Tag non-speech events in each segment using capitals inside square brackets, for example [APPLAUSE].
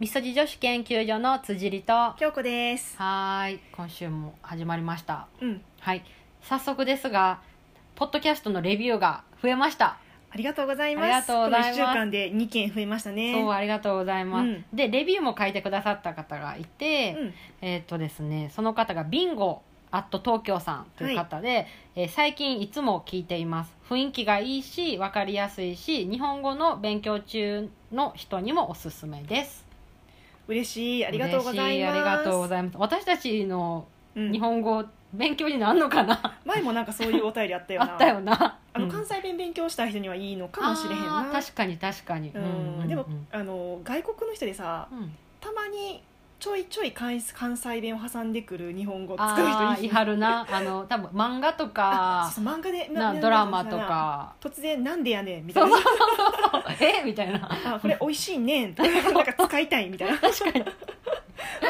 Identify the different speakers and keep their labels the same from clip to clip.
Speaker 1: みそじ女子研究所の辻里とは
Speaker 2: 京子です。
Speaker 1: ーい今週も始まりました
Speaker 2: うん、
Speaker 1: はい早速ですがポッドキャストのレビューが増えました、
Speaker 2: ありがとうございます。
Speaker 1: ありがとうございます
Speaker 2: この一週間で二件増えましたね。
Speaker 1: そうありがとうございます、
Speaker 2: うん
Speaker 1: でレビューも書いてくださった方がいて、
Speaker 2: うん、
Speaker 1: えーっ、とですねその方がビンゴアット東京さんという方で、えー最近いつも聞いています雰囲気がいいし分かりやすいし日本語の勉強中の人にもおすすめです
Speaker 2: 嬉しい。ありがとうございます。
Speaker 1: 嬉しありがとうございます私たちの
Speaker 2: うん
Speaker 1: 日本語勉強になんのかな、
Speaker 2: 前もなんかそういうお便りあった
Speaker 1: [LAUGHS]
Speaker 2: よ
Speaker 1: あ
Speaker 2: な。
Speaker 1: ったよな
Speaker 2: あの
Speaker 1: うん
Speaker 2: 関西弁勉強したい人にはいいのかもしれへん
Speaker 1: あ
Speaker 2: な
Speaker 1: ー。確かに確かに、
Speaker 2: うん、でも、
Speaker 1: うん
Speaker 2: あの外国の人でさ、
Speaker 1: うん
Speaker 2: たまにちょいちょい関関西弁を挟んでくる日本語を使う
Speaker 1: あ
Speaker 2: 人
Speaker 1: ーい
Speaker 2: に
Speaker 1: はるなあの多分漫画とか
Speaker 2: そうそう漫画でな
Speaker 1: な
Speaker 2: な
Speaker 1: ドラマと
Speaker 2: なんか
Speaker 1: か
Speaker 2: 突然なんでやねんみた
Speaker 1: そ
Speaker 2: いう
Speaker 1: そ
Speaker 2: な
Speaker 1: うそう [LAUGHS] そうえみたいな
Speaker 2: あこれ美味しいね
Speaker 1: [LAUGHS]
Speaker 2: んなんか使いたいみたいな確 [LAUGHS]
Speaker 1: かに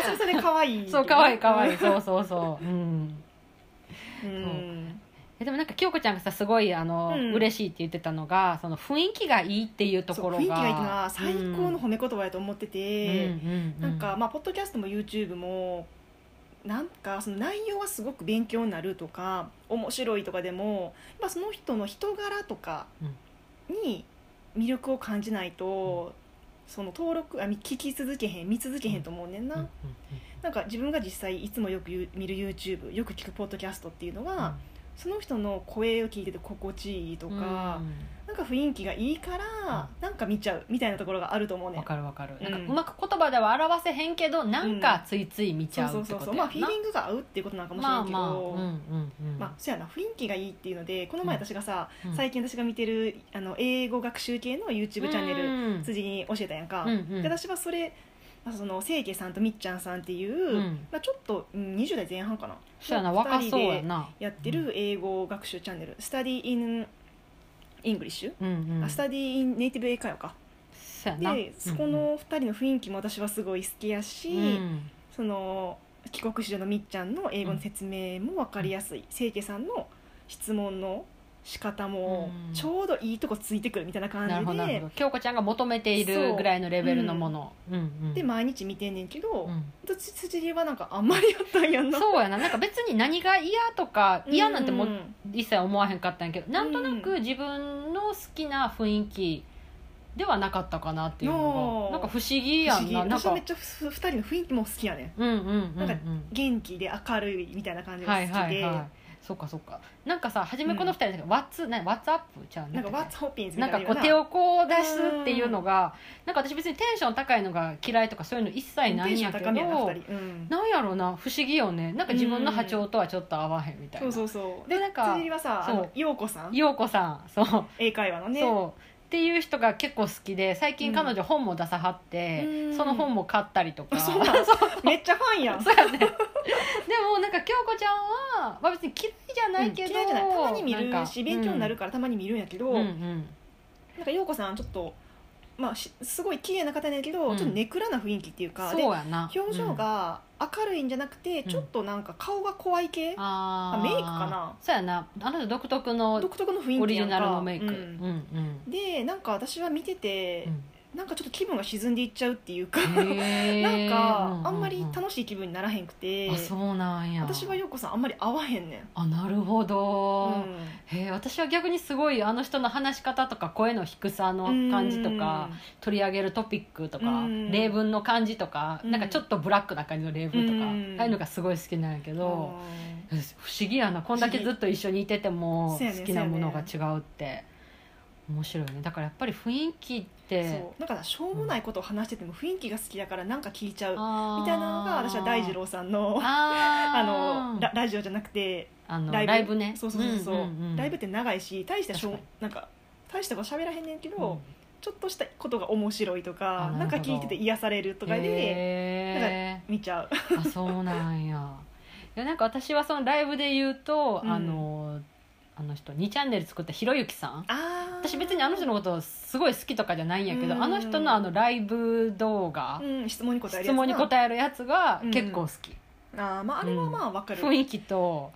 Speaker 2: それそれ可愛い
Speaker 1: そう可愛い可愛い
Speaker 2: い
Speaker 1: そうそうそううん
Speaker 2: うん
Speaker 1: えでもなんか京子ちゃんがさすごいあの、
Speaker 2: うん
Speaker 1: 嬉しいって言ってたのがその雰囲気がいいっていうと
Speaker 2: そ
Speaker 1: こ
Speaker 2: う
Speaker 1: ろ
Speaker 2: 雰
Speaker 1: が
Speaker 2: 囲気がいいな最高の
Speaker 1: うん
Speaker 2: 褒め言葉やと思って
Speaker 1: う
Speaker 2: て、
Speaker 1: んう
Speaker 2: なんかまあポッドキャストも YouTube もなんかその内容はすごく勉強になるとか面白いとかでもやっぱその人の人柄とかに魅力を感じないと、その登録あみ聞き続けへん見続けへんと思うねんな、
Speaker 1: うんうん
Speaker 2: なんか自分が実際いつもよく言う見る YouTube よく聞くポッドキャストっていうの
Speaker 1: うん
Speaker 2: は、その人の声を聞いてて心地いいとか、なんか雰囲気がいいから、なんか見ちゃうみたいなところがあると思
Speaker 1: う
Speaker 2: う
Speaker 1: ん
Speaker 2: ね
Speaker 1: わ
Speaker 2: ん
Speaker 1: かるわかる、
Speaker 2: うん
Speaker 1: なんかうまく言葉では表せへんけどなんかついつい見ち
Speaker 2: そう
Speaker 1: ゃ
Speaker 2: そうう
Speaker 1: って
Speaker 2: そう
Speaker 1: こ
Speaker 2: そ
Speaker 1: と
Speaker 2: う
Speaker 1: や
Speaker 2: まあ
Speaker 1: な
Speaker 2: フィーリングが合うっていうことなのかもしれ
Speaker 1: ま
Speaker 2: ん
Speaker 1: あ
Speaker 2: けど、
Speaker 1: まあうんうんうん
Speaker 2: まあそうやな雰囲気がいいっていうのでこの前
Speaker 1: うん
Speaker 2: 私がさ、
Speaker 1: うん
Speaker 2: 最近私が見てるあの英語学習系の YouTube チャンネル、
Speaker 1: うん
Speaker 2: 辻に教えたやんか、
Speaker 1: うんうん
Speaker 2: で私はそれまあその清家さんとみっちゃんさんっていう、
Speaker 1: うん
Speaker 2: まあ、ちょっとうん20代前半かな
Speaker 1: そうやな
Speaker 2: の二
Speaker 1: 若
Speaker 2: 人
Speaker 1: そう
Speaker 2: で
Speaker 1: やな
Speaker 2: やってる英語学習チャンネル「Study in English」
Speaker 1: うんうん
Speaker 2: あ「Study in Native 英会話」か
Speaker 1: そうやな
Speaker 2: でそこの2人の雰囲気も私はすごい好きやし、
Speaker 1: うんうん
Speaker 2: その帰国子女のみっちゃんの英語の説明も分かりやすい清家さんの質問の仕方も
Speaker 1: うん
Speaker 2: ちょうどいいとこついてくるみたいな感
Speaker 1: なるほど
Speaker 2: じ
Speaker 1: なる
Speaker 2: で
Speaker 1: ほど京子ちゃんが求めているぐらいのレベルのものうんうん
Speaker 2: で毎日見てんねんけど、
Speaker 1: うん
Speaker 2: 私辻利はなんかあんまりやったんやんな。
Speaker 1: そうやななんか別に何が嫌とか嫌なんても
Speaker 2: う
Speaker 1: う一切思わへんかったんやけどなんとな
Speaker 2: う
Speaker 1: く自分の好きな雰囲気ではなかったかなっていうの
Speaker 2: う
Speaker 1: が
Speaker 2: ん
Speaker 1: なんか不思議
Speaker 2: 不
Speaker 1: や
Speaker 2: 思
Speaker 1: ん
Speaker 2: 議
Speaker 1: ななん
Speaker 2: 私
Speaker 1: か
Speaker 2: はめっちゃ2人の雰囲気も好きやねん
Speaker 1: うんうんうんう
Speaker 2: なんか
Speaker 1: ん
Speaker 2: 元気で明るいみたいな感じが
Speaker 1: は
Speaker 2: 好き
Speaker 1: い
Speaker 2: で、
Speaker 1: はいはいそうかそうかなんかさ初めこの二人で「ワッツ」ね「ワッツアップ」ちゃう
Speaker 2: なんか「
Speaker 1: だっ
Speaker 2: What's Hoppins」
Speaker 1: け
Speaker 2: み
Speaker 1: な
Speaker 2: た
Speaker 1: ん
Speaker 2: い
Speaker 1: か
Speaker 2: な
Speaker 1: こう手をこう出すっていうのがなんか私別にテンション高いのが嫌いとかそういうの一切ないんやけど
Speaker 2: テンション高めやな
Speaker 1: な
Speaker 2: 二人、うん、
Speaker 1: んやろうな不思議よねなんか自分の波長とはちょっと合わへんみたい
Speaker 2: そう
Speaker 1: な
Speaker 2: そうそう
Speaker 1: でなんか
Speaker 2: 辻利はさあ
Speaker 1: そう
Speaker 2: の陽子さん
Speaker 1: 陽子さんそう
Speaker 2: 英会話のね
Speaker 1: そうっていう人が結構好きで最近彼女本も出さはって、
Speaker 2: うん
Speaker 1: その本も買ったりとか、[LAUGHS]
Speaker 2: あ
Speaker 1: そ
Speaker 2: そううなんめっちゃファンやん
Speaker 1: やねでもなんか京子ちゃんは、まあ、別に嫌いじゃないけど、
Speaker 2: うん嫌いじゃないたまに見
Speaker 1: なん
Speaker 2: る
Speaker 1: か
Speaker 2: し勉強になるからたまに見るんやけど、
Speaker 1: うん、うん
Speaker 2: なんか陽子さんちょっとまあしすごい綺麗な方やねんけど、
Speaker 1: うん
Speaker 2: ちょっとネクラな雰囲気っていう
Speaker 1: うん
Speaker 2: かで
Speaker 1: そうやな
Speaker 2: 表情、が明るいんじゃなくて、
Speaker 1: うん
Speaker 2: ちょっとなんか顔が怖い系
Speaker 1: うん、あー
Speaker 2: あメイクかな
Speaker 1: そうやなあの人独特の
Speaker 2: 独特の雰囲気やんか
Speaker 1: オリジナルのメイク、う
Speaker 2: うんん
Speaker 1: うん
Speaker 2: でなんか私は見てて、なんかちょっと気分が沈んでいっちゃうっていうか、
Speaker 1: うんへ
Speaker 2: [LAUGHS] なん
Speaker 1: ー
Speaker 2: かあんまり
Speaker 1: うう
Speaker 2: 楽しい気分にならへんくて、
Speaker 1: うんあそうなんや
Speaker 2: 私は陽子さんあんまり合わへんねん、
Speaker 1: あなるほど、
Speaker 2: うん
Speaker 1: へえ私は逆にすごいあの人の話し方とか声の低さの感じとか、取り上げるトピックとか、
Speaker 2: うん
Speaker 1: 例文の感じとか、
Speaker 2: うん
Speaker 1: なんかちょっとブラックな感じの例文とか、
Speaker 2: うん
Speaker 1: ああいうのがすごい好きなんやけ
Speaker 2: うん
Speaker 1: ど、不思議やなこんだけずっと一緒にいてても
Speaker 2: そうやね
Speaker 1: 好きなものが違うって面白いよねだからやっぱり雰囲気って
Speaker 2: そうなんかしょうもないことを話してても雰囲気が好きだからなんか聞いちゃう
Speaker 1: あー
Speaker 2: みたいなのが私は大二郎さんの [LAUGHS] あ
Speaker 1: あー
Speaker 2: のララジオじゃなくて
Speaker 1: あの
Speaker 2: ラ
Speaker 1: ラ
Speaker 2: イ
Speaker 1: イ
Speaker 2: ブ
Speaker 1: ブね
Speaker 2: そうそうそうそう、
Speaker 1: んんん
Speaker 2: ライブって長いし大してしょう
Speaker 1: 確か
Speaker 2: なんか大したこと喋らへんねんけど、
Speaker 1: うん
Speaker 2: ちょっとしたことが面白いと
Speaker 1: あ
Speaker 2: か
Speaker 1: なる
Speaker 2: な
Speaker 1: ほ
Speaker 2: ん
Speaker 1: ど
Speaker 2: か聞いてて癒されるとかで
Speaker 1: へー
Speaker 2: 見ちゃう、 [LAUGHS]
Speaker 1: あそうなんやいやなんか私はそのライブで言うと、
Speaker 2: うん
Speaker 1: あのあの人2チャンネル作ったひろゆきさん
Speaker 2: あ
Speaker 1: 私別にあの人のことすごい好きとかじゃないんやけど、
Speaker 2: うん
Speaker 1: あの人のあのライブ動画、
Speaker 2: うん、質問に答えるやつ
Speaker 1: 質問に答えるやつが結構好き、
Speaker 2: えあー、まあ、あれはまあわかる、
Speaker 1: 雰囲気と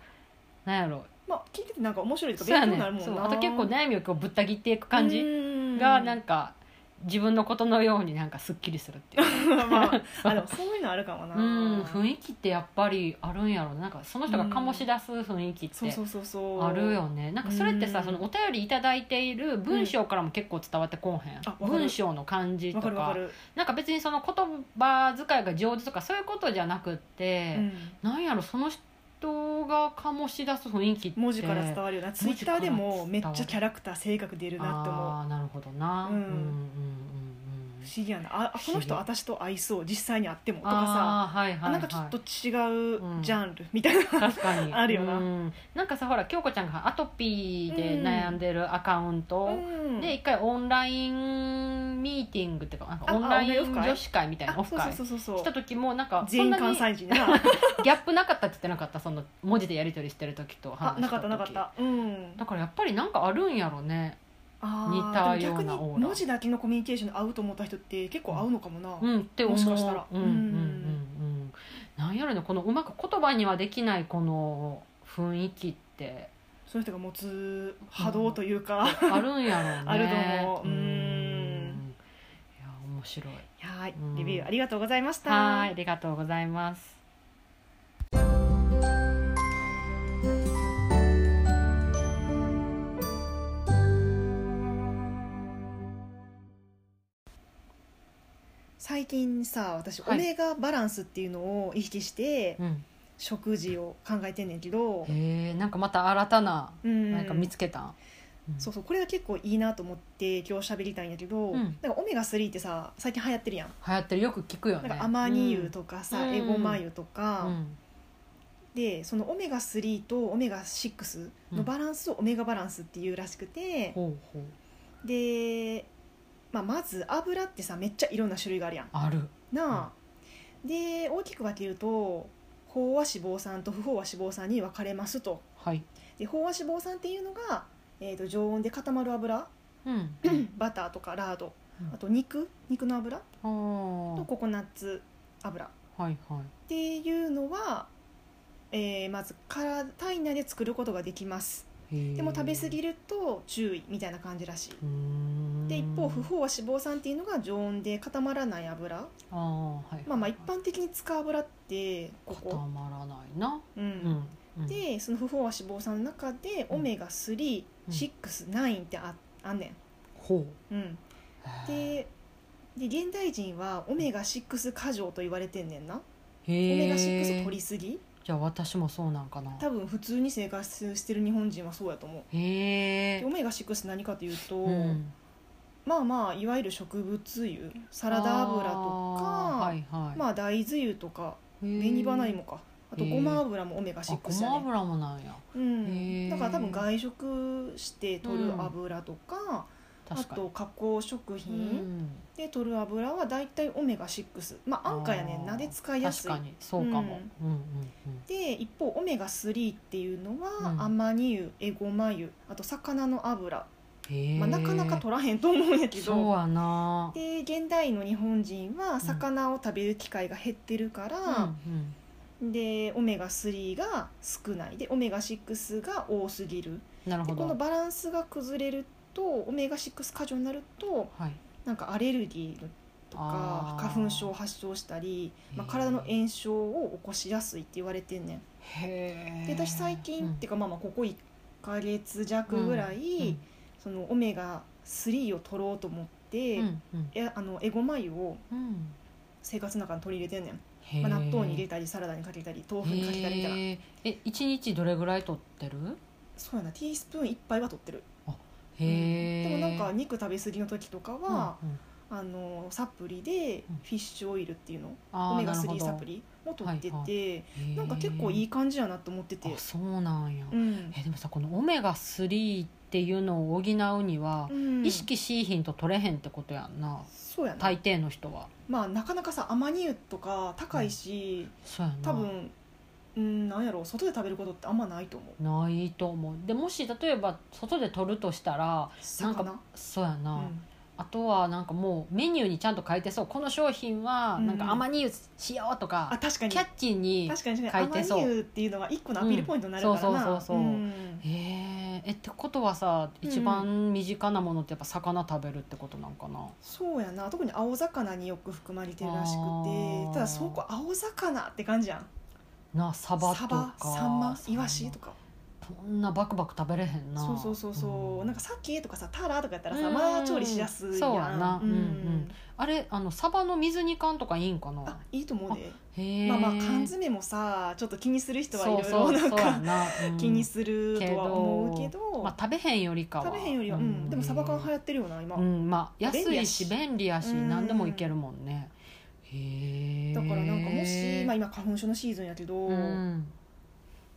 Speaker 1: なんやろ
Speaker 2: まあ、聞いててなんか面白いと
Speaker 1: そ
Speaker 2: か
Speaker 1: うやね
Speaker 2: 勉強になるもん
Speaker 1: そう
Speaker 2: な
Speaker 1: あと結構悩みをこうぶった切っていく感じ
Speaker 2: じ
Speaker 1: がなん
Speaker 2: か
Speaker 1: か自分のことのようになんかすっきりするっていう
Speaker 2: まあ、 [LAUGHS] あでもそういうのあるかもな
Speaker 1: うん雰囲気ってやっぱりあるんやろななんかその人が醸し出す雰囲気っ
Speaker 2: そう
Speaker 1: て
Speaker 2: そうそうそう
Speaker 1: あるよねなんかそれってさ、
Speaker 2: うん
Speaker 1: そのお便りいただいている文章からも結構伝わってこんへん、
Speaker 2: あわかる
Speaker 1: 文章の感じと
Speaker 2: わ
Speaker 1: か
Speaker 2: かるわかる、
Speaker 1: なんか別にその言葉遣いが上手とかそういうことじゃなくっ
Speaker 2: う
Speaker 1: て、
Speaker 2: ん、
Speaker 1: なんやろその人が醸し出す雰囲気って
Speaker 2: 文字から伝わるよなツイ
Speaker 1: 文字
Speaker 2: ッ
Speaker 1: か
Speaker 2: タ
Speaker 1: ら
Speaker 2: ーで
Speaker 1: 伝わる
Speaker 2: もめっちゃキャラクター性格出るなって思う
Speaker 1: ああなるほどな、
Speaker 2: うん
Speaker 1: うんうんうんうん
Speaker 2: 不思議やなああ
Speaker 1: 不
Speaker 2: この
Speaker 1: 思議
Speaker 2: 人私と合いそう実際に会ってもとかさ
Speaker 1: あーはいはい、は
Speaker 2: あ
Speaker 1: い、
Speaker 2: なんかちょっと違ううんジャンルみたいな、
Speaker 1: 確かに
Speaker 2: [LAUGHS] あるよな
Speaker 1: うんなんかさほら京子ちゃんがアトピーで悩んでるアカウント、
Speaker 2: うん
Speaker 1: で一回オンラインミーティングっていうかなんか
Speaker 2: あ
Speaker 1: オンライ
Speaker 2: あ
Speaker 1: ン
Speaker 2: オフ会
Speaker 1: 女子会みたいなオ
Speaker 2: あ
Speaker 1: フ
Speaker 2: そうそ
Speaker 1: 会
Speaker 2: う
Speaker 1: し
Speaker 2: そうそう
Speaker 1: た時もなんかそ
Speaker 2: 全
Speaker 1: ん
Speaker 2: 員
Speaker 1: な
Speaker 2: 関
Speaker 1: にギャ
Speaker 2: 西人やな
Speaker 1: ップなかったって言ってなかったその文字でやり取りしてる時と話
Speaker 2: あ
Speaker 1: し
Speaker 2: な
Speaker 1: た
Speaker 2: かっ
Speaker 1: 時
Speaker 2: たなかったうん
Speaker 1: だからやっぱりなんかあるんやろね
Speaker 2: あー
Speaker 1: 似たような
Speaker 2: でも
Speaker 1: オーラ
Speaker 2: 逆に文字だけのコミュニケーションで合うと思った人って結構合うのかもな、
Speaker 1: うんって思う
Speaker 2: もしかしたら
Speaker 1: うんうんうんうんなんやろねこのうまく言葉にはできないこの雰囲気って
Speaker 2: その人が持つ波動というか、い
Speaker 1: あるんやろうね
Speaker 2: [LAUGHS] あると思ううん
Speaker 1: んいや面白い
Speaker 2: やはい
Speaker 1: うん
Speaker 2: レビューありがとうございました
Speaker 1: はいありがとうございます
Speaker 2: 最近さ私、
Speaker 1: はい
Speaker 2: オメガバランスっていうのを意識して
Speaker 1: うん
Speaker 2: 食事を考えてんねんけど、
Speaker 1: へえなんかまた新たな
Speaker 2: うん
Speaker 1: なんか見つけたん、うん
Speaker 2: そうそうこれが結構いいなと思って今日喋りたいんやけど、
Speaker 1: うん
Speaker 2: なんかオメガ3ってさ最近流行ってるやん
Speaker 1: 流行ってるよく聞くよ
Speaker 2: な
Speaker 1: ね
Speaker 2: んかアマニ油とかさ、
Speaker 1: うん
Speaker 2: エゴマ油と
Speaker 1: う
Speaker 2: か、
Speaker 1: んうん
Speaker 2: でそのオメガ3とオメガ6のバランスをオメガバランスっていうらしくて、
Speaker 1: ほうほう
Speaker 2: で、まあ、まず油ってさめっちゃいろんな種類があるやん
Speaker 1: ある
Speaker 2: なあ、で大きく分けると飽和脂肪酸と不飽和脂肪酸に分かれますと
Speaker 1: はい
Speaker 2: で飽和脂肪酸っていうのが、えー、と常温で固まる油
Speaker 1: うん
Speaker 2: バターとかラード
Speaker 1: うん
Speaker 2: あと肉肉の油
Speaker 1: あー
Speaker 2: とココナッツ油っ
Speaker 1: はいはい
Speaker 2: ていうのは、えーまず体体内で作ることができます
Speaker 1: で
Speaker 2: でも食べ過ぎると注意みたいな感じらしいで
Speaker 1: で
Speaker 2: 一方不飽和脂肪酸っていうのが常温で固まらない油
Speaker 1: あー、はい、
Speaker 2: まあまあ一般的に使う油ってこ
Speaker 1: 固
Speaker 2: こ、
Speaker 1: まらないな、
Speaker 2: う、
Speaker 1: うんんうん、
Speaker 2: でその不飽和脂肪酸の中で
Speaker 1: うん
Speaker 2: オメガ369ってああんね
Speaker 1: ほ
Speaker 2: ん、うん、
Speaker 1: う
Speaker 2: でで現代人はオメガ6過剰と言われてんねんな
Speaker 1: へ
Speaker 2: オ
Speaker 1: ー
Speaker 2: メガ6取りすぎ
Speaker 1: じゃあ私もそうなんかな
Speaker 2: 多分普通に生活してる日本人はそうやと思う
Speaker 1: へ
Speaker 2: で
Speaker 1: え
Speaker 2: オメガ6って何かというと、
Speaker 1: うん、
Speaker 2: まあまあいわゆる植物油サラダ油とか
Speaker 1: あーはいはい、
Speaker 2: まあ大豆油とか紅
Speaker 1: 紅
Speaker 2: 花芋かあと
Speaker 1: へー
Speaker 2: ごま油もオメガ
Speaker 1: あご
Speaker 2: 6
Speaker 1: ま
Speaker 2: やね
Speaker 1: 油もなんや
Speaker 2: うん、
Speaker 1: へー
Speaker 2: だから多分外食して取る油とか、あ
Speaker 1: 確かに
Speaker 2: と加工食
Speaker 1: う
Speaker 2: 品
Speaker 1: ん、
Speaker 2: で取る油は大体オメガ6まあ安価やねんな
Speaker 1: あー
Speaker 2: で使いや
Speaker 1: 確
Speaker 2: すい
Speaker 1: かにそうかも、うんうん
Speaker 2: で一方オメガ3っていうのは、
Speaker 1: うん
Speaker 2: アマニ油エゴマ油あと魚の油、
Speaker 1: うん、へえ、
Speaker 2: まあ、なかなか取らへんと思うんやけ
Speaker 1: そう
Speaker 2: ど
Speaker 1: やな
Speaker 2: で現代の日本人は魚を食べる機会が減ってるか
Speaker 1: うん
Speaker 2: ら、
Speaker 1: うん
Speaker 2: でオメガ3が少ないでオメガ6が多すぎる
Speaker 1: なる
Speaker 2: で
Speaker 1: ほ
Speaker 2: こ
Speaker 1: ど
Speaker 2: のバランスが崩れるとオメガ6過剰になると
Speaker 1: はい
Speaker 2: なんかアレルギーと
Speaker 1: あ
Speaker 2: か
Speaker 1: ー
Speaker 2: 花粉症を発症したり、まあ、
Speaker 1: へー
Speaker 2: 体の炎症を起こしやすいって言われてんねん。
Speaker 1: へえ
Speaker 2: で私最近、っていうかまあまあここ1ヶ月弱ぐらい、
Speaker 1: うん
Speaker 2: そのオメガ3を取ろうと思って、
Speaker 1: うんうん
Speaker 2: えあのエゴマ油を
Speaker 1: うんうん
Speaker 2: 生活の中に取り入れてんねん、
Speaker 1: へえ
Speaker 2: まあ、納豆に入れたりサラダにかけたり豆腐にかけたりみたいな
Speaker 1: へーえ一日どれぐらい取ってる
Speaker 2: そうやなティースプーン1杯は取ってる、
Speaker 1: へえ、
Speaker 2: でもなんか肉食べ過ぎの時とかは、
Speaker 1: うんうん
Speaker 2: あのサプリで
Speaker 1: うん
Speaker 2: フィッシュオイルっていうの、
Speaker 1: あ
Speaker 2: オ
Speaker 1: ー
Speaker 2: メガ
Speaker 1: なるほ
Speaker 2: 3
Speaker 1: ど
Speaker 2: サプリを取ってて、
Speaker 1: はいへー
Speaker 2: なんか結構いい感じやなと思ってて
Speaker 1: あそうなんや、
Speaker 2: うん、
Speaker 1: えでもさこのオメガ3っていうのを補うには
Speaker 2: う、ん
Speaker 1: 意識しいひんと取れへんってことやんな
Speaker 2: そうやな
Speaker 1: 大抵の人は
Speaker 2: まあなかなかさアマニ油とか高いし、
Speaker 1: そうやな
Speaker 2: 多分うんなんやろう外で食べることってあんまないと思う
Speaker 1: ないと思うでもし例えば外で取るとしたらなん
Speaker 2: 魚
Speaker 1: かそうやな、
Speaker 2: うん
Speaker 1: あとはなんかもうメニューにちゃんと書いてそうこの商品はなん
Speaker 2: う
Speaker 1: か
Speaker 2: ん
Speaker 1: 甘煮しようと
Speaker 2: あ
Speaker 1: か、
Speaker 2: 確かに
Speaker 1: キャッチーに
Speaker 2: 確かにね
Speaker 1: 書いてそう
Speaker 2: アマニューっていうのは一個のアピールポイントになるからな、
Speaker 1: うんそうそうそうそうんへええってことはさ一番身近なものってやっぱ魚食べるってことなんかな、
Speaker 2: そうやな特に青魚によく含まれてるらしく
Speaker 1: あー
Speaker 2: てただそこ青魚って感じやん
Speaker 1: なサバと
Speaker 2: サ
Speaker 1: か
Speaker 2: バサンマ
Speaker 1: サ
Speaker 2: イワシとか
Speaker 1: こんなバクバク食べれへんな
Speaker 2: そうそうそうそう、
Speaker 1: ん
Speaker 2: なんかさっきとかさタラとかやったら
Speaker 1: う
Speaker 2: さ
Speaker 1: ん
Speaker 2: まあ調理しやすいやん
Speaker 1: そうやな
Speaker 2: うん
Speaker 1: うんうんあれあのサバの水煮缶とかいいんか
Speaker 2: あ
Speaker 1: ない
Speaker 2: いと思うで
Speaker 1: へえ
Speaker 2: まあまあ缶詰もさちょっと気にする人はいろい
Speaker 1: そ
Speaker 2: ろ
Speaker 1: うそう
Speaker 2: な
Speaker 1: んそうや
Speaker 2: か
Speaker 1: な、うん
Speaker 2: 気にするとは思うけど、
Speaker 1: まあ、食べへんよりかは
Speaker 2: 食べへんよりは、うんでもサバ缶流行ってるよな今、
Speaker 1: うんまあ安
Speaker 2: 便利
Speaker 1: い
Speaker 2: や
Speaker 1: し
Speaker 2: し
Speaker 1: 便利やし
Speaker 2: うん
Speaker 1: 何でもいけるもんねへえ
Speaker 2: だからなんかもし、まあ、今花粉症のシーズンやけど、
Speaker 1: うん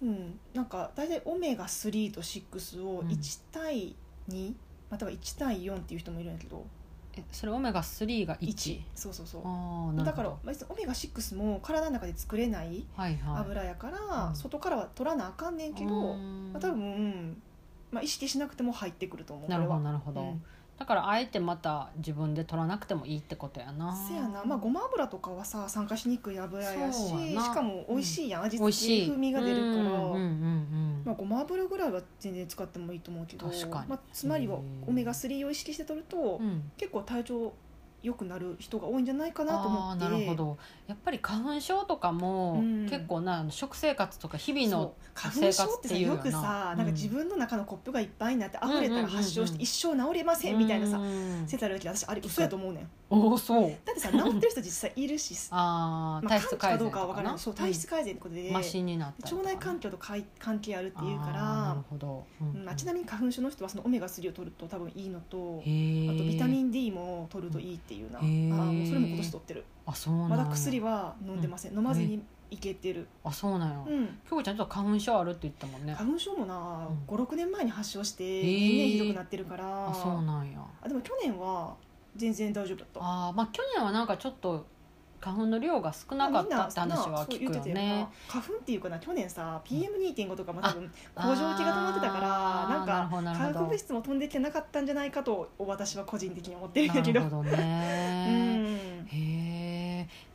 Speaker 2: うん、なんか大体オメガ3と6を
Speaker 1: うん
Speaker 2: 1対2、または1対4っていう人もいるんやけど
Speaker 1: えそれオメガ3が 1,
Speaker 2: そうそうそう
Speaker 1: ああなる
Speaker 2: だ
Speaker 1: ほ
Speaker 2: から
Speaker 1: ど
Speaker 2: 別にオメガ6も体の中で作れない
Speaker 1: はいはい
Speaker 2: 油やから、
Speaker 1: うん
Speaker 2: 外からは取らなあかんねんけど、
Speaker 1: うーん
Speaker 2: まあ、多分、うんまあ、意識しなくても入ってくると思う
Speaker 1: なるほど
Speaker 2: こ
Speaker 1: なるほ
Speaker 2: れ
Speaker 1: ど、
Speaker 2: は、うん、
Speaker 1: だからあえてまた自分で取らなくてもいいってことやな
Speaker 2: せやな、まあ、ごま油とかはさ酸化しにくい油やし
Speaker 1: そうやな
Speaker 2: しかも美味しいやん、味
Speaker 1: 美味
Speaker 2: 付
Speaker 1: し
Speaker 2: け
Speaker 1: い
Speaker 2: 風味が出るから、
Speaker 1: うんうんうんう
Speaker 2: ま
Speaker 1: ん
Speaker 2: あ、ごま油ぐらいは全然使ってもいいと思うけど
Speaker 1: 確かに
Speaker 2: まあ、つまりは
Speaker 1: うん
Speaker 2: オメガ3を意識して取ると、
Speaker 1: うん
Speaker 2: 結構体調良くなる人が多いんじゃないかなと思
Speaker 1: あー
Speaker 2: って
Speaker 1: なるほどやっぱり花粉症とかも、
Speaker 2: うん
Speaker 1: 結構な食生活とか日々
Speaker 2: そう
Speaker 1: の
Speaker 2: 花粉症っ
Speaker 1: 生活
Speaker 2: て
Speaker 1: っ
Speaker 2: さ
Speaker 1: ていうよ
Speaker 2: よ
Speaker 1: な
Speaker 2: くさ
Speaker 1: うん
Speaker 2: なんか自分の中のコップがいっぱいになって溢れたら発症
Speaker 1: うんうんうんうん
Speaker 2: して一生治れませんみたいなさ
Speaker 1: うん
Speaker 2: 世代の時私あれ嘘やと思うねん
Speaker 1: おおそう
Speaker 2: だってさ治ってる人実際いるし、
Speaker 1: [LAUGHS] ああ
Speaker 2: まあ、
Speaker 1: 体
Speaker 2: 完
Speaker 1: 質
Speaker 2: 治か
Speaker 1: 改
Speaker 2: ど
Speaker 1: 善
Speaker 2: うかは
Speaker 1: と
Speaker 2: 分
Speaker 1: か
Speaker 2: から
Speaker 1: なん
Speaker 2: そう体質改善ってことで、
Speaker 1: マシになったりと
Speaker 2: 腸
Speaker 1: か
Speaker 2: 内環境とかい関係あるっていうか
Speaker 1: あーなる
Speaker 2: ら
Speaker 1: ほど、うん
Speaker 2: うんまあ、ちなみに花粉症の人はそのオメガ3を取ると多分いいのと
Speaker 1: へ
Speaker 2: あとビタミ
Speaker 1: ン
Speaker 2: ン D も取るといいっていうな、
Speaker 1: へー
Speaker 2: あーもうそれも今年取ってる
Speaker 1: あそうなん
Speaker 2: ま
Speaker 1: や
Speaker 2: だ薬は飲んでません、飲まずにいけてる、
Speaker 1: あそうなんや、
Speaker 2: うん、
Speaker 1: 京子ちゃんちょっと花粉症あるって言ったもんね
Speaker 2: 花粉症もな
Speaker 1: うん
Speaker 2: 56年前に発症して
Speaker 1: ー
Speaker 2: 年々ひどくなってるから、
Speaker 1: あそうなんや
Speaker 2: あでも去年は全然大丈夫だった
Speaker 1: あーまあ去年はなんかちょっと花粉の量が少なかったって
Speaker 2: みんな
Speaker 1: 話は
Speaker 2: そう
Speaker 1: 聞
Speaker 2: 言っ
Speaker 1: く
Speaker 2: て
Speaker 1: よ
Speaker 2: たよ
Speaker 1: ね
Speaker 2: な花粉っていうかな去年さ PM2.5 とかも多分
Speaker 1: あ
Speaker 2: 工場気が止まってたから
Speaker 1: あー
Speaker 2: な
Speaker 1: なる
Speaker 2: んか
Speaker 1: ほどなるほ
Speaker 2: 化
Speaker 1: ど
Speaker 2: 学物質も飛んできてなかったんじゃないかと私は個人的に思ってる
Speaker 1: な
Speaker 2: んだけど
Speaker 1: るほど
Speaker 2: う
Speaker 1: ね、
Speaker 2: ん
Speaker 1: へえ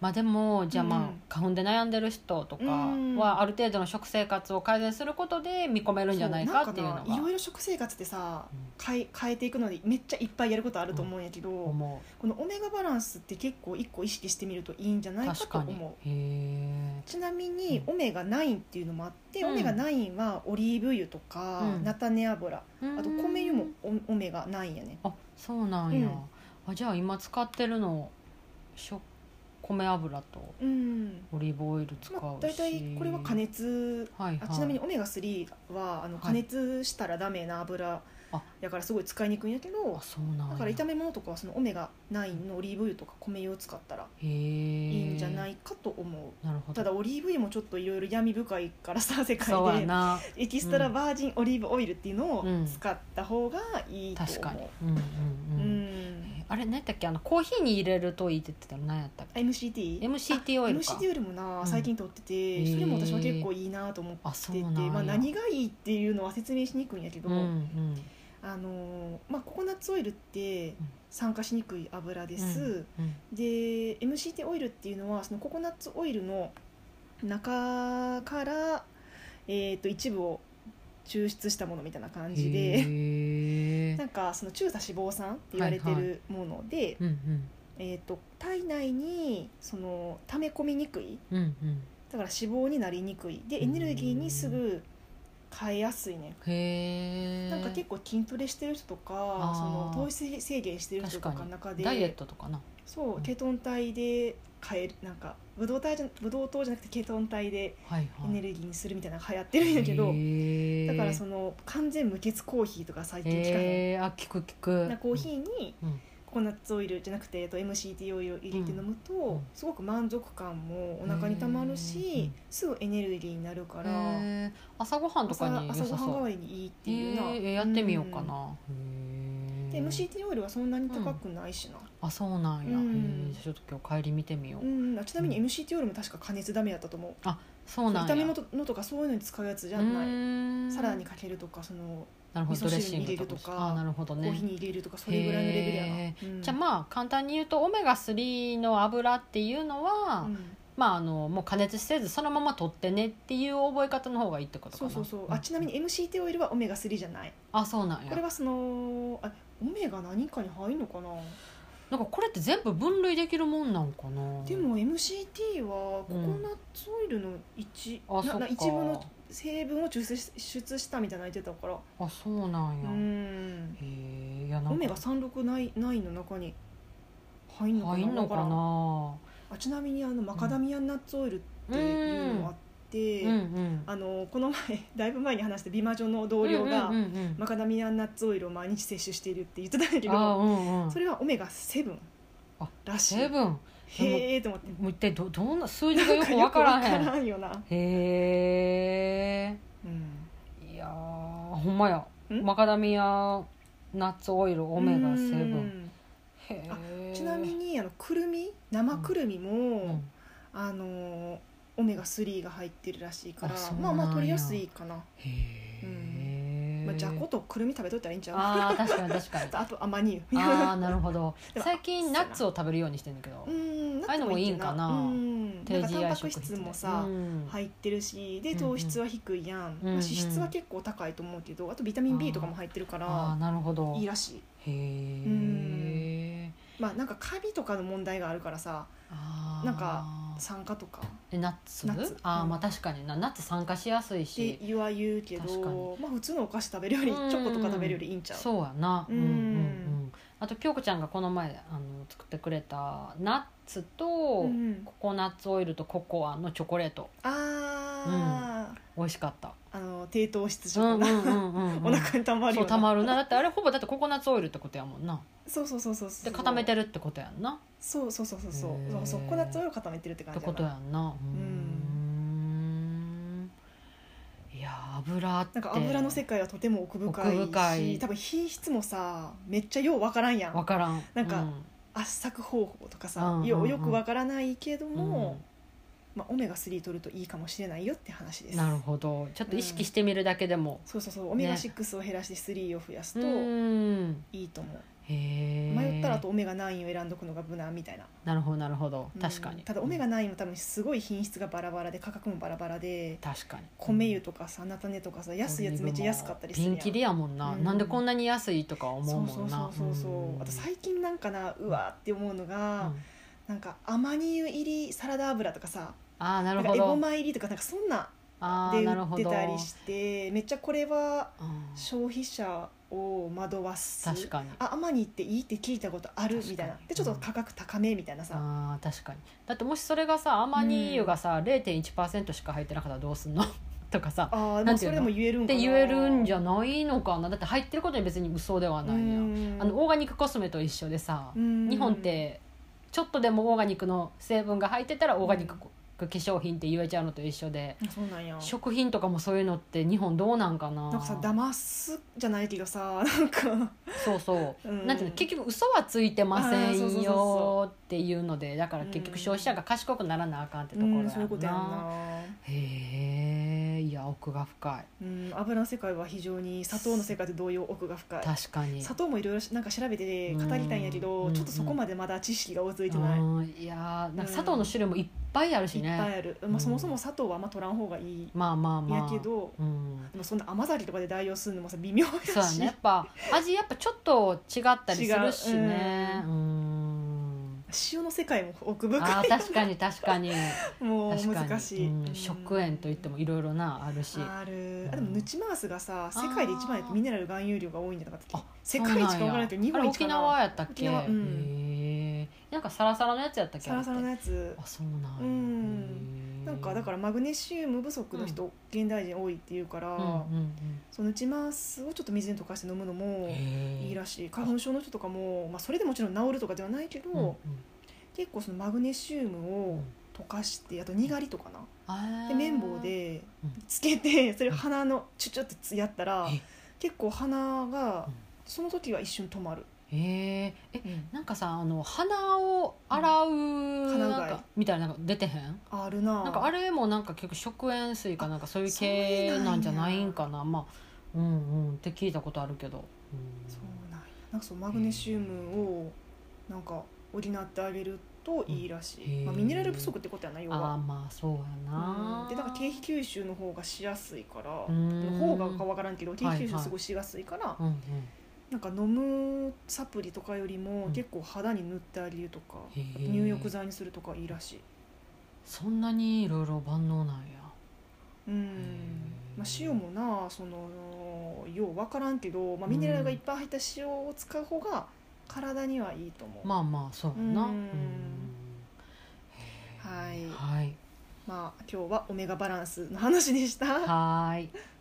Speaker 1: まあでもじゃあまあ、
Speaker 2: うんうん
Speaker 1: 花粉で悩んでる人とか
Speaker 2: うん
Speaker 1: はある程度の食生活を改善することで見込めるんじゃないかっていうの
Speaker 2: そなんかないろ
Speaker 1: が
Speaker 2: いろ食生活ってさ
Speaker 1: うん
Speaker 2: 変え変えていくのでめっちゃいっぱいやることあると思うんやけど、
Speaker 1: 思
Speaker 2: このオメガバランスって結構一個意識してみるといいんじゃな
Speaker 1: う
Speaker 2: いか
Speaker 1: 確
Speaker 2: と
Speaker 1: か
Speaker 2: 思
Speaker 1: に
Speaker 2: う
Speaker 1: へえ
Speaker 2: ちなみにオメガ9っていうのもあって、
Speaker 1: うん
Speaker 2: オメガ9はオリーブ油とか、
Speaker 1: うん
Speaker 2: 菜種油あ
Speaker 1: あ
Speaker 2: と米油もオオメガ9やね
Speaker 1: あそうなんや、
Speaker 2: うん
Speaker 1: あじゃあ今使ってるのしょ米油と
Speaker 2: うん、
Speaker 1: オリーブオイル使うし、
Speaker 2: まあ、大体これは加熱
Speaker 1: はいは
Speaker 2: あ
Speaker 1: い
Speaker 2: ちなみにオメガ3はあの
Speaker 1: はい
Speaker 2: 加熱したらダメな油
Speaker 1: あ
Speaker 2: やからすごい使いにくいんやけど
Speaker 1: あそうなんや
Speaker 2: だから炒め物とかはそのオメガ9のオリーブ油とか米油を使ったら
Speaker 1: へえ
Speaker 2: いいんじゃないいかと思
Speaker 1: なるほど
Speaker 2: うただオリーブ油もちょっといろいろ闇深いからさ世
Speaker 1: そう
Speaker 2: 界
Speaker 1: や
Speaker 2: で
Speaker 1: な
Speaker 2: エキストラバージンオリーブオイルっていうのを
Speaker 1: うん
Speaker 2: 使った方がいいと思う、
Speaker 1: 確かにうんうんうん、
Speaker 2: うん、
Speaker 1: あれ何やったっけあのコーヒーに入れるといいって言ってたの何やったっけ
Speaker 2: MCT?
Speaker 1: MCT オイルか
Speaker 2: MCT よりもな
Speaker 1: うん
Speaker 2: 最近取ってて、
Speaker 1: へえ
Speaker 2: それも私は結構いいなと思って
Speaker 1: あそ
Speaker 2: て、
Speaker 1: うなんや、
Speaker 2: まあ、何がいいっていうのは説明しにくいんやけど、
Speaker 1: うんうん
Speaker 2: あのーまあ、ココナッツオイルって
Speaker 1: ん
Speaker 2: 酸化しにくい油で
Speaker 1: う
Speaker 2: す
Speaker 1: ん、うん
Speaker 2: で MCT オイルっていうのはそのココナッツオイルの中から、えー、と一部を抽出したものみたいな感じ
Speaker 1: へえ
Speaker 2: で。なんかその中鎖脂肪酸って言われて
Speaker 1: はいは
Speaker 2: るもので、
Speaker 1: うん
Speaker 2: えー、と体内にその溜め込みにくい
Speaker 1: うんうんうん
Speaker 2: だから脂肪になりにくいでエネルギーにすぐ変えやすいね
Speaker 1: へえ
Speaker 2: なんか結構筋トレしてる人とか
Speaker 1: あー
Speaker 2: その糖質制限してる人とかの中で
Speaker 1: ダイエットとかな
Speaker 2: そううんケトン体で変えるなんかブドウ体じゃブドウ糖じゃなくてケトン体で
Speaker 1: はいはい
Speaker 2: エネルギーにするみたいなの流行ってるんやけどだからそ
Speaker 1: の
Speaker 2: の完全無欠コーヒーとか最近聞かへん
Speaker 1: えー、あ聞く聞く
Speaker 2: なコーヒーに
Speaker 1: うん
Speaker 2: ココナッツオイルじゃなくてえっと MCT オイルを入れて飲む
Speaker 1: んうん
Speaker 2: とすごく満足感もお腹にたま
Speaker 1: へ
Speaker 2: る
Speaker 1: ー
Speaker 2: しすぐエネルギーになるか。
Speaker 1: から朝ごはんとかに良
Speaker 2: 朝
Speaker 1: さ
Speaker 2: 朝ご
Speaker 1: そ
Speaker 2: はん代
Speaker 1: う
Speaker 2: わりにいいって
Speaker 1: え
Speaker 2: いうな、
Speaker 1: ー、やってみようかな、
Speaker 2: うん、
Speaker 1: へ
Speaker 2: で
Speaker 1: ー
Speaker 2: MCT オイルはそんなに高くないしな、
Speaker 1: あそうなんや、
Speaker 2: う
Speaker 1: へー
Speaker 2: ん
Speaker 1: じゃあちょっと今日帰り見てみよう、
Speaker 2: うんちなみ
Speaker 1: う
Speaker 2: に MCT オイルも確か加熱ダメやったと思う
Speaker 1: そうなんや
Speaker 2: 炒め物のとかそういうのに使うやつじゃ
Speaker 1: う
Speaker 2: ない
Speaker 1: ーん
Speaker 2: サラダにかけるとかその
Speaker 1: なるほどド
Speaker 2: 味
Speaker 1: レ
Speaker 2: 噌
Speaker 1: ッ
Speaker 2: 汁
Speaker 1: シング
Speaker 2: に入れる
Speaker 1: と
Speaker 2: と
Speaker 1: か
Speaker 2: か
Speaker 1: あーなるほど
Speaker 2: コーヒー
Speaker 1: ね
Speaker 2: に入れるとかそれぐらいのレベルやな、
Speaker 1: へ
Speaker 2: うん
Speaker 1: じゃあまあ簡単に言うとオメガ3の油っていうのは、
Speaker 2: うん
Speaker 1: まああのもう加熱せずそのまま取ってねっていう覚え方の方がいいってことか
Speaker 2: そ
Speaker 1: な
Speaker 2: うそうそうあちなみに MCT オイルはオメガ3じゃない
Speaker 1: あそうなんや
Speaker 2: これはそのあオメガ何かに入るのかな、
Speaker 1: なんかこれって全部分類できるもんなんかな
Speaker 2: でも MCT はココ
Speaker 1: うん
Speaker 2: ナッツオイルの一、
Speaker 1: あそ
Speaker 2: な
Speaker 1: っか
Speaker 2: な一部の成分を抽出し出したみたいなの言ってたから
Speaker 1: あそうなん
Speaker 2: う
Speaker 1: や、
Speaker 2: ん
Speaker 1: へえいやなんか
Speaker 2: オメガ36ないないの中に入んのかな
Speaker 1: 入んのか
Speaker 2: わらん
Speaker 1: な
Speaker 2: あちなみにあのマカダミアンナッツオイルっていうのもあって、
Speaker 1: うんうん
Speaker 2: あのこの前 [LAUGHS] だいぶ前に話した美魔女の同僚が、
Speaker 1: うんうんうんうん
Speaker 2: マカダミアンナッツオイルを毎日摂取しているって言ってたんだけ
Speaker 1: あー
Speaker 2: ど
Speaker 1: うんうん
Speaker 2: それはオメガ7
Speaker 1: あ
Speaker 2: らしい
Speaker 1: セブンも
Speaker 2: へえと思って
Speaker 1: う一体どどんな数字がよくわから
Speaker 2: な
Speaker 1: へ
Speaker 2: んかよくわか
Speaker 1: ん
Speaker 2: らんよな、
Speaker 1: へ
Speaker 2: うん
Speaker 1: えいやーほんまや
Speaker 2: ん
Speaker 1: マカダミアナッツオイルオメガセブンへ
Speaker 2: う
Speaker 1: え
Speaker 2: んちなみにあのくるみ生くるみも、
Speaker 1: うん
Speaker 2: あのーオメガ3が入ってるらしいから
Speaker 1: あそうなん
Speaker 2: ま
Speaker 1: や
Speaker 2: あまあ取りやすいかな、
Speaker 1: へえ
Speaker 2: まあ、じゃことくるみ食べといたらいいんちゃうあ
Speaker 1: あー確かに確かに
Speaker 2: あと甘乳 [LAUGHS]
Speaker 1: ああなるほど
Speaker 2: でも
Speaker 1: 最近ナッツを食べるようにしてんだけど
Speaker 2: うん
Speaker 1: ああいうのもいいんかな
Speaker 2: うんなんかタンパク
Speaker 1: 食
Speaker 2: 質
Speaker 1: 品
Speaker 2: もさ、
Speaker 1: うん
Speaker 2: 入ってるしで
Speaker 1: うん
Speaker 2: 糖質は低いやん、
Speaker 1: うん
Speaker 2: まあ、脂質は結構高いと思うけどあとビタミン B とかも入ってるか
Speaker 1: ああ
Speaker 2: ら
Speaker 1: なるほど
Speaker 2: いいらし
Speaker 1: へ
Speaker 2: い
Speaker 1: え
Speaker 2: んまあなんかカビとかの問題があるからさ
Speaker 1: あー
Speaker 2: なんか酸化とかっ
Speaker 1: えナッツ
Speaker 2: ナッツ
Speaker 1: ああ
Speaker 2: うん
Speaker 1: まあ確かになナッツ酸化しやすい
Speaker 2: て
Speaker 1: し
Speaker 2: 言は言うけ
Speaker 1: 確か
Speaker 2: どまあ普通のお菓子食べるよりチ
Speaker 1: うん
Speaker 2: ョコとか食べるよりいいんちゃう
Speaker 1: そうやな
Speaker 2: うん
Speaker 1: んあと京子ちゃんがこの前あの作ってくれたナッツ
Speaker 2: う
Speaker 1: と
Speaker 2: ん
Speaker 1: ココナッツオイルとココアのチョコレート
Speaker 2: あ
Speaker 1: 美味しかった
Speaker 2: ーあの低糖質チ
Speaker 1: うん
Speaker 2: ョ
Speaker 1: うんう
Speaker 2: コ
Speaker 1: んうんうん
Speaker 2: が [LAUGHS] お腹にたまる
Speaker 1: そ
Speaker 2: よ
Speaker 1: うた
Speaker 2: な
Speaker 1: まるなだってあれほぼだってココナッツオイルってことやもんな
Speaker 2: そうそうそうそうそ
Speaker 1: で
Speaker 2: う
Speaker 1: 固めてるってことやんな
Speaker 2: そうそうそうそうそう
Speaker 1: へー
Speaker 2: そうそうココナッツオイルを固めてるって
Speaker 1: っ
Speaker 2: 感
Speaker 1: て
Speaker 2: じ
Speaker 1: こと
Speaker 2: やな
Speaker 1: やんなうーんいやー油って
Speaker 2: なんか油の世界はとても奥深いし
Speaker 1: 奥深い
Speaker 2: 多分品質もさめっちゃようわからんや
Speaker 1: 分
Speaker 2: ん
Speaker 1: からん
Speaker 2: なんか
Speaker 1: う
Speaker 2: 圧搾方法とか
Speaker 1: うんうんう
Speaker 2: さ
Speaker 1: ん
Speaker 2: よよくわからないけど
Speaker 1: う
Speaker 2: も
Speaker 1: ん、
Speaker 2: まあ、オメガ3取るといいかもしれないよって話です
Speaker 1: なるほどちょっと意識してみるだけでも、
Speaker 2: そうそうそうオメガ6を減らして3を増やす
Speaker 1: う
Speaker 2: と
Speaker 1: ーん
Speaker 2: いいと思う、
Speaker 1: へえ
Speaker 2: 迷ったらあとオメガ9を選んどくのが無難みたいな
Speaker 1: なるほどなるほど
Speaker 2: うん
Speaker 1: 確かに
Speaker 2: ただオメガ9は多分すごい品質がバラバラで価格もバラバラで
Speaker 1: 確かに
Speaker 2: 米油とかさ菜種とかさ安いやつめっちゃ安かったりするやん
Speaker 1: ピンキリやもんな、
Speaker 2: うん
Speaker 1: なんでこんなに安いとか思
Speaker 2: そううそ
Speaker 1: もん
Speaker 2: うそ
Speaker 1: な
Speaker 2: うそうそうあと最近なんかなうわーって思うのが、
Speaker 1: うん
Speaker 2: なんか甘乳入りサラダ油とかさ
Speaker 1: ああな
Speaker 2: な
Speaker 1: る
Speaker 2: んか
Speaker 1: ほ
Speaker 2: エゴ
Speaker 1: ど
Speaker 2: マ入りとかなんかそんな
Speaker 1: ああ
Speaker 2: で
Speaker 1: な
Speaker 2: 売
Speaker 1: る
Speaker 2: っ
Speaker 1: ほ
Speaker 2: て
Speaker 1: ど
Speaker 2: たりしてめっちゃこれは
Speaker 1: うん
Speaker 2: 消費者を惑わす
Speaker 1: 確かに
Speaker 2: あ甘にっていいって聞いたことあるみたい
Speaker 1: 確か
Speaker 2: な
Speaker 1: に
Speaker 2: でちょっと価格高めみたいなさ、
Speaker 1: あー確かにだってもしそれがさアマニ油がさ、0.1%しか入ってなかったらどうすんの [LAUGHS] とかさ
Speaker 2: ああ
Speaker 1: なん
Speaker 2: でも
Speaker 1: てい
Speaker 2: そうれ
Speaker 1: の
Speaker 2: でも言えるん
Speaker 1: っ
Speaker 2: か
Speaker 1: て
Speaker 2: な
Speaker 1: 言えるんじゃ
Speaker 2: な
Speaker 1: ないのかなだって入ってることに別に嘘ではないやんあのオーガニックコスメと一緒でさ日本ってちょっとでもオーガニックの成分が入ってたらオーガニック化粧品って言えちゃうのと一緒で
Speaker 2: そうなんや
Speaker 1: 食品とかもそういうのって日本どうなんかな
Speaker 2: なんかさ騙すじゃないけどさなんか
Speaker 1: そうそううんなんていうの結局嘘はついてませ
Speaker 2: あーそうそ
Speaker 1: ん
Speaker 2: うそうそ
Speaker 1: よっていうのでだから結
Speaker 2: う
Speaker 1: 局
Speaker 2: ん
Speaker 1: 消費者が賢くならなあかんってと
Speaker 2: う
Speaker 1: ころやん
Speaker 2: んそういうことやん
Speaker 1: な
Speaker 2: な
Speaker 1: へえいや奥が深
Speaker 2: うん油の世界は非常に砂糖の世界と同様奥が深
Speaker 1: い
Speaker 2: い
Speaker 1: 確かに
Speaker 2: 砂糖もいろいろなんか調べて語りたいんやけ
Speaker 1: う
Speaker 2: ど
Speaker 1: ん
Speaker 2: ちょっとそこまでまだ知識が追いついてないいっ
Speaker 1: うんいやーなんか砂糖の種類もいっぱいあるし
Speaker 2: ぱい
Speaker 1: ね
Speaker 2: ある
Speaker 1: う
Speaker 2: ま
Speaker 1: ん
Speaker 2: あそもそも砂糖はあんま取らん方がいい
Speaker 1: まあまあま
Speaker 2: や
Speaker 1: あ
Speaker 2: けど
Speaker 1: うん
Speaker 2: でもそんな甘酒とかで代用するのもさ微妙
Speaker 1: そう
Speaker 2: や
Speaker 1: や
Speaker 2: し
Speaker 1: ねやっぱ味やっぱちょっと違ったりするしね
Speaker 2: 違う
Speaker 1: うん
Speaker 2: 塩の世界も奥深い
Speaker 1: あー確かに確か
Speaker 2: [LAUGHS]
Speaker 1: に
Speaker 2: もう
Speaker 1: 確か
Speaker 2: 難し
Speaker 1: に
Speaker 2: い、
Speaker 1: うん食塩といってもいろいろなあるし
Speaker 2: あるあで
Speaker 1: う
Speaker 2: も
Speaker 1: ん
Speaker 2: ヌチマースがさ世界で一番
Speaker 1: あー
Speaker 2: ミネラル含有量が多いんじゃなかったっ
Speaker 1: あ
Speaker 2: け世界一か分からないけど日本
Speaker 1: あ
Speaker 2: 一
Speaker 1: れ沖
Speaker 2: かな
Speaker 1: 縄やったっけ
Speaker 2: 沖縄うん
Speaker 1: へーなんかサラサラのやつやったっけ
Speaker 2: サラサラの
Speaker 1: あれっ
Speaker 2: やつ
Speaker 1: てあそうなんや
Speaker 2: うん
Speaker 1: へー
Speaker 2: なんかだからマグネシウム不足の人、現代人多いっていうから、
Speaker 1: うんうん
Speaker 2: そのヌチマースをちょっと水に溶かして飲むの
Speaker 1: うん
Speaker 2: も
Speaker 1: へー
Speaker 2: いいらしい花粉症の人とかも、まあ、それでもちろん治るとかではないけど、
Speaker 1: うんうん
Speaker 2: 結構そのマグネシウムを溶かしてあとにがりとかな、
Speaker 1: あー
Speaker 2: で綿棒で
Speaker 1: うん
Speaker 2: つけてそれを鼻のチュチュってつやったら
Speaker 1: え
Speaker 2: 結構鼻が
Speaker 1: うん
Speaker 2: その時は一瞬止まる、
Speaker 1: へーえなんかさあの鼻を洗う
Speaker 2: 鼻う
Speaker 1: な
Speaker 2: が
Speaker 1: ん
Speaker 2: い
Speaker 1: かみたいなのが出てへん
Speaker 2: あるな
Speaker 1: なんかあれもなんか結局食塩水かなんかそういう系なんじゃないんかなまあうんうんって聞いたことあるけど、うん
Speaker 2: そうなんやなんかそうマグネシウムをなんか補ってあげるといいらしい、
Speaker 1: うん
Speaker 2: まあ、
Speaker 1: へー
Speaker 2: ミネラル不足ってことやな要
Speaker 1: ああ
Speaker 2: は、
Speaker 1: まあそうやな、
Speaker 2: うんでだから経費吸収の方がしやすいから
Speaker 1: うん
Speaker 2: の方がかわからんけど経費
Speaker 1: は
Speaker 2: 吸収
Speaker 1: いはい
Speaker 2: すごいしやすいから、
Speaker 1: うんうん
Speaker 2: なんか飲むサプリとかよりも
Speaker 1: うん
Speaker 2: 結構肌に塗ってあげるとか、
Speaker 1: へえ
Speaker 2: 入浴剤にするとかいいらしい、
Speaker 1: そんなにいろいろ万能なんや
Speaker 2: うん
Speaker 1: へー
Speaker 2: まあ、塩もなそのよう分からんけど、まあ、ミネラルがいっぱい入った塩を使う方が体にはいいと思う、
Speaker 1: まあまあそうやな
Speaker 2: う
Speaker 1: へ
Speaker 2: ん
Speaker 1: え
Speaker 2: はい
Speaker 1: はい
Speaker 2: まあ、今日はオメガバランスの話でした。
Speaker 1: はーい